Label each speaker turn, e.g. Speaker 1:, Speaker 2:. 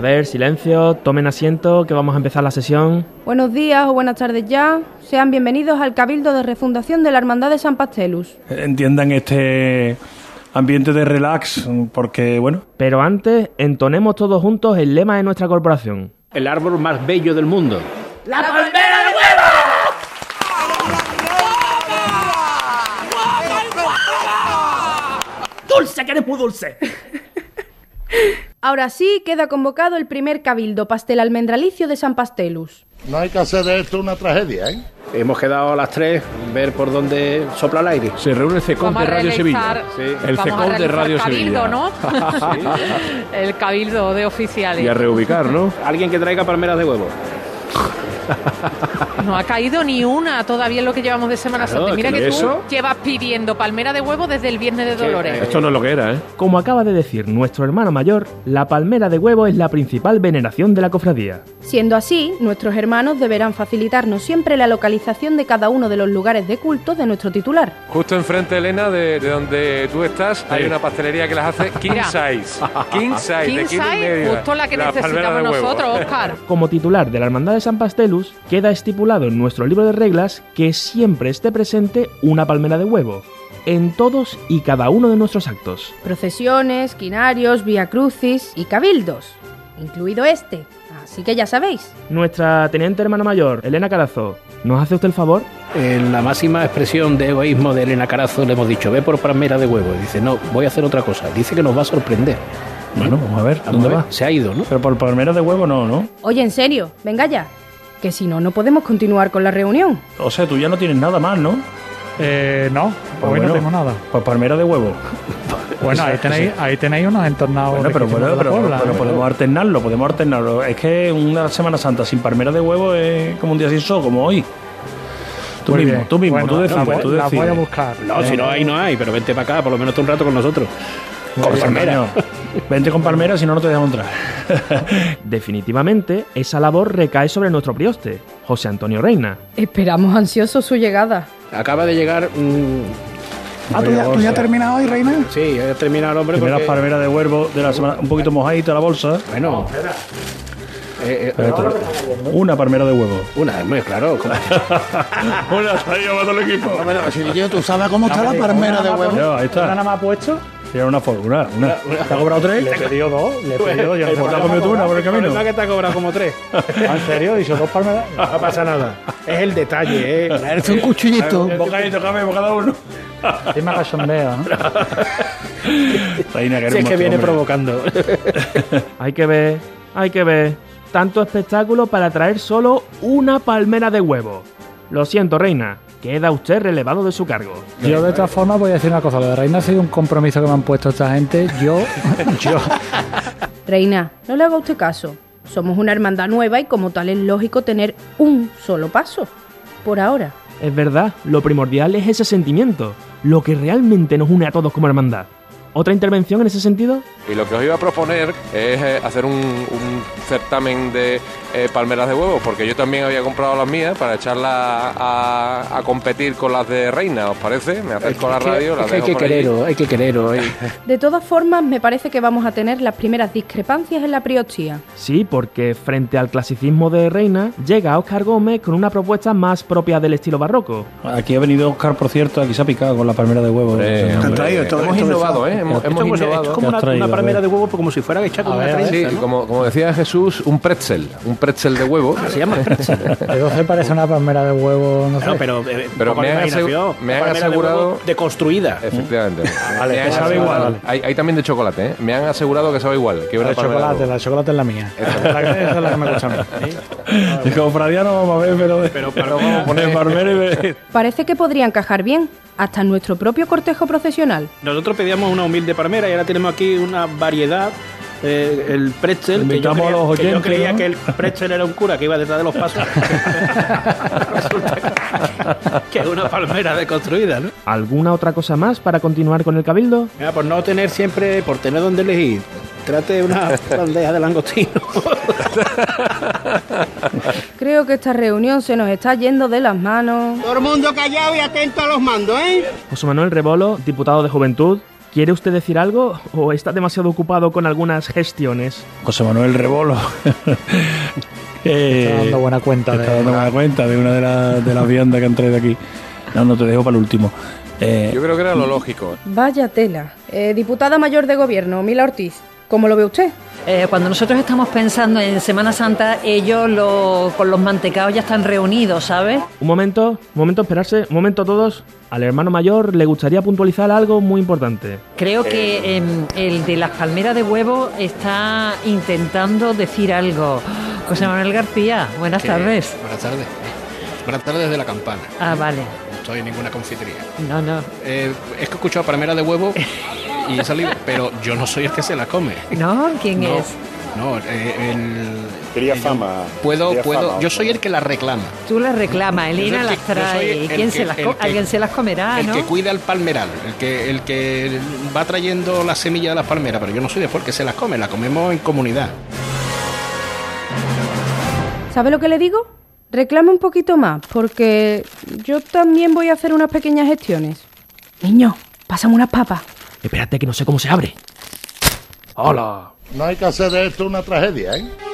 Speaker 1: ver, silencio, tomen asiento, que vamos a empezar la sesión.
Speaker 2: Buenos días o buenas tardes ya. Sean bienvenidos al Cabildo de Refundación de la Hermandad de San Pastelus.
Speaker 3: Entiendan este ambiente de relax, porque bueno.
Speaker 1: Pero antes, entonemos todos juntos el lema de nuestra corporación.
Speaker 4: El árbol más bello del mundo.
Speaker 5: ¡La palmera de huevo!
Speaker 6: ¡Dulce, que eres muy dulce!
Speaker 2: Ahora sí queda convocado el primer cabildo pastel almendralicio de San Pastelus.
Speaker 7: No hay que hacer de esto una tragedia, ¿eh?
Speaker 4: Hemos quedado a las 3, ver por dónde sopla el aire.
Speaker 8: Se reúne el CECOM de Radio Sevilla.
Speaker 9: Sí. El CECOM de Radio cabildo, Sevilla. ¿no? sí. El cabildo de oficiales.
Speaker 8: Y a reubicar, ¿no?
Speaker 4: Alguien que traiga palmeras de huevo.
Speaker 9: No ha caído ni una todavía en lo que llevamos de Semana claro, Santa. Mira que, que tú eso? llevas pidiendo palmera de huevo desde el viernes de Dolores.
Speaker 8: Esto no es lo que era, ¿eh?
Speaker 1: Como acaba de decir nuestro hermano mayor, la palmera de huevo es la principal veneración de la cofradía.
Speaker 2: Siendo así, nuestros hermanos deberán facilitarnos siempre la localización de cada uno de los lugares de culto de nuestro titular.
Speaker 10: Justo enfrente, Elena, de, de donde tú estás, sí. hay una pastelería que las hace King Size. King Size,
Speaker 9: King size justo la que la necesitamos nosotros, Oscar.
Speaker 1: Como titular de la Hermandad de San Pastelus, queda estipulado en nuestro libro de reglas que siempre esté presente una palmera de huevo en todos y cada uno de nuestros actos.
Speaker 2: Procesiones, quinarios, vía crucis y cabildos, incluido este. Así que ya sabéis.
Speaker 1: Nuestra teniente hermana mayor, Elena Carazo, ¿nos hace usted el favor?
Speaker 4: En la máxima expresión de egoísmo de Elena Carazo le hemos dicho, ve por palmera de huevo. Y dice, no, voy a hacer otra cosa. Dice que nos va a sorprender.
Speaker 3: Bueno, vamos a ver, ¿a dónde va?
Speaker 4: Se ha ido, ¿no?
Speaker 3: Pero por palmera de huevo no, ¿no?
Speaker 2: Oye, en serio, venga ya que si no, no podemos continuar con la reunión.
Speaker 3: O sea, tú ya no tienes nada más, ¿no?
Speaker 11: Eh, no, pues hoy bueno, no tengo nada.
Speaker 3: Pues palmera de huevo.
Speaker 11: bueno, ahí tenéis, ahí tenéis unos entornados.
Speaker 3: Bueno, pero, bueno, pero, pero,
Speaker 11: ¿eh?
Speaker 3: pero, podemos alternarlo, podemos alternarlo. Es que una Semana Santa sin palmera de huevo es como un día sin sol, como hoy. Tú Muy mismo, bien. tú mismo, bueno, tú decides.
Speaker 11: La,
Speaker 3: tú decides.
Speaker 11: La voy a buscar.
Speaker 4: No, eh, si no hay, no hay, pero vente para acá, por lo menos tú un rato con nosotros. Muy con bien, palmera. No.
Speaker 3: Vente con palmera, si no, no te dejamos entrar.
Speaker 1: Definitivamente, esa labor recae sobre nuestro prioste, José Antonio Reina.
Speaker 2: Esperamos ansiosos su llegada.
Speaker 4: Acaba de llegar. un...
Speaker 11: Ah, ¿tú ya, ¿tú ya, has terminado hoy, Reina?
Speaker 4: Sí, ya he terminado, hombre.
Speaker 3: Primera porque... palmera de huevo de la semana, un poquito mojadita la bolsa.
Speaker 4: Bueno. ah,
Speaker 3: Eh, eh, una palmera de huevo.
Speaker 4: Una, hombre, claro.
Speaker 3: una, salió para todo el equipo.
Speaker 12: Bueno, si tú sabes cómo está la palmera de huevo.
Speaker 3: Yo, ahí está.
Speaker 11: ¿Una nada más puesto?
Speaker 3: Tiene una fortuna. Una. ¿Te ha cobrado tres?
Speaker 11: Le he pedido dos. Le he pedido dos.
Speaker 3: Yo no ¿Te has comido tú una por el camino?
Speaker 11: No, que te ha cobrado como tres. Ah, ¿En serio? ¿Y son dos palmeras?
Speaker 4: No pasa nada. Es el detalle, ¿eh?
Speaker 12: Es un cuchillito.
Speaker 3: Un bocadito, cambio cada uno.
Speaker 11: Es más cachondeo, ¿no?
Speaker 4: Reina, que si es que viene provocando.
Speaker 1: hay que ver, hay que ver. Tanto espectáculo para traer solo una palmera de huevo. Lo siento, reina queda usted relevado de su cargo.
Speaker 11: Yo de todas formas voy a decir una cosa, lo de Reina ha sido un compromiso que me han puesto esta gente, yo, yo...
Speaker 2: Reina, no le haga usted caso. Somos una hermandad nueva y como tal es lógico tener un solo paso, por ahora.
Speaker 1: Es verdad, lo primordial es ese sentimiento, lo que realmente nos une a todos como hermandad. ¿Otra intervención en ese sentido?
Speaker 10: Y lo que os iba a proponer es eh, hacer un, un, certamen de eh, palmeras de huevo, porque yo también había comprado las mías para echarlas a, a, a, competir con las de Reina, ¿os parece? Me acerco a la radio, las
Speaker 4: Hay que querero, hay que querero.
Speaker 2: De todas formas, me parece que vamos a tener las primeras discrepancias en la priostía.
Speaker 1: Sí, porque frente al clasicismo de Reina, llega Óscar Gómez con una propuesta más propia del estilo barroco.
Speaker 3: Aquí ha venido Óscar, por cierto, aquí se ha picado con la palmera de huevo.
Speaker 4: Eh, hombre, traído, esto, hemos esto innovado, ¿eh? Hemos, hemos
Speaker 3: como, innovado. Es como una, traído, eh. una palmera de huevo, como si fuera hecha con una ver,
Speaker 10: Sí, ¿no? como, como, decía Jesús, un pretzel. Un pretzel de huevo.
Speaker 4: Se llama pretzel.
Speaker 11: Entonces parece una palmera de huevo, no sé. No,
Speaker 4: pero, eh,
Speaker 10: pero me, han asegurado. Me han asegurado Eh.
Speaker 4: de deconstruida.
Speaker 10: Efectivamente.
Speaker 3: vale, me sabe igual. Vale.
Speaker 10: Hay, hay, también de chocolate, ¿eh? Me han asegurado que sabe igual. Que
Speaker 11: la, de chocolate, la de chocolate es la mía. Esa es la que me gusta a mí.
Speaker 3: Y cofradía no vamos a ver, pero,
Speaker 10: pero, pero vamos a poner
Speaker 3: palmera y ver.
Speaker 2: Parece que podría encajar bien hasta nuestro propio cortejo procesional.
Speaker 4: Nosotros pedíamos una humilde palmera y ahora tenemos aquí una variedad. Eh, el pretzel, que yo, creía,
Speaker 3: a los oyentes,
Speaker 4: que yo creía
Speaker 3: ¿no?
Speaker 4: que el pretzel era un cura que iba detrás de los pasos. Resulta que es una palmera deconstruida, ¿no?
Speaker 1: ¿Alguna otra cosa más para continuar con el cabildo?
Speaker 4: Mira, por no tener siempre, por tener donde elegir, trate una bandeja de langostino.
Speaker 2: Creo que esta reunión se nos está yendo de las manos.
Speaker 5: Todo el mundo callado y atento a los mandos, ¿eh?
Speaker 1: José Manuel Rebolo, diputado de Juventud. ¿Quiere usted decir algo o está demasiado ocupado con algunas gestiones?
Speaker 3: José Manuel Rebolo. Eh,
Speaker 11: Está dando buena cuenta
Speaker 3: está
Speaker 11: de-
Speaker 3: dando buena cuenta de una de, las- de las viandas que han traído aquí. No, no te dejo para el último. Eh,
Speaker 10: Yo creo que era lo lógico.
Speaker 2: Vaya tela. Eh, diputada mayor de gobierno, Mila Ortiz, ¿cómo lo ve usted?
Speaker 6: Eh, cuando nosotros estamos pensando en Semana Santa, ellos lo- con los mantecados ya están reunidos, ¿sabes?
Speaker 1: Un momento, un momento, esperarse, un momento todos. Al hermano mayor le gustaría puntualizar algo muy importante.
Speaker 6: Creo
Speaker 4: Eh.
Speaker 6: que em, el de las palmeras de huevo está intentando decir algo. José Manuel García, buenas
Speaker 4: Que-
Speaker 6: tardes.
Speaker 4: Buenas tardes. Buenas tardes desde la campana.
Speaker 6: Ah, vale.
Speaker 4: No estoy en ninguna confitería.
Speaker 6: No, no.
Speaker 4: Eh, es que he escuchado palmera de huevo y he salido, pero yo no soy el que se la come.
Speaker 6: ¿No? ¿Quién
Speaker 4: No,
Speaker 6: es?
Speaker 4: No, eh, el.
Speaker 13: Quería fama.
Speaker 4: Puedo,
Speaker 13: Quería
Speaker 4: puedo.
Speaker 13: fama,
Speaker 4: yo soy el que la reclama.
Speaker 6: Tú las reclamas, Elena
Speaker 4: Yo soy
Speaker 6: las
Speaker 4: el que- yo soy
Speaker 6: trae.
Speaker 4: el que-
Speaker 6: ¿Quién se las
Speaker 4: el
Speaker 6: co-
Speaker 4: que-
Speaker 6: Alguien se las comerá,
Speaker 4: el
Speaker 6: Ah, ¿no?
Speaker 4: que cuida el palmeral, el que, el que va trayendo la semilla de las palmeras, pero yo no soy de porque se las come, la comemos en comunidad.
Speaker 2: ¿Sabe lo que le digo? Reclame un poquito más, porque yo también voy a hacer unas pequeñas gestiones. Niño, pásame unas papas.
Speaker 1: Espérate que no sé cómo se abre.
Speaker 7: No hay que hacer de esto una tragedia, ¿eh?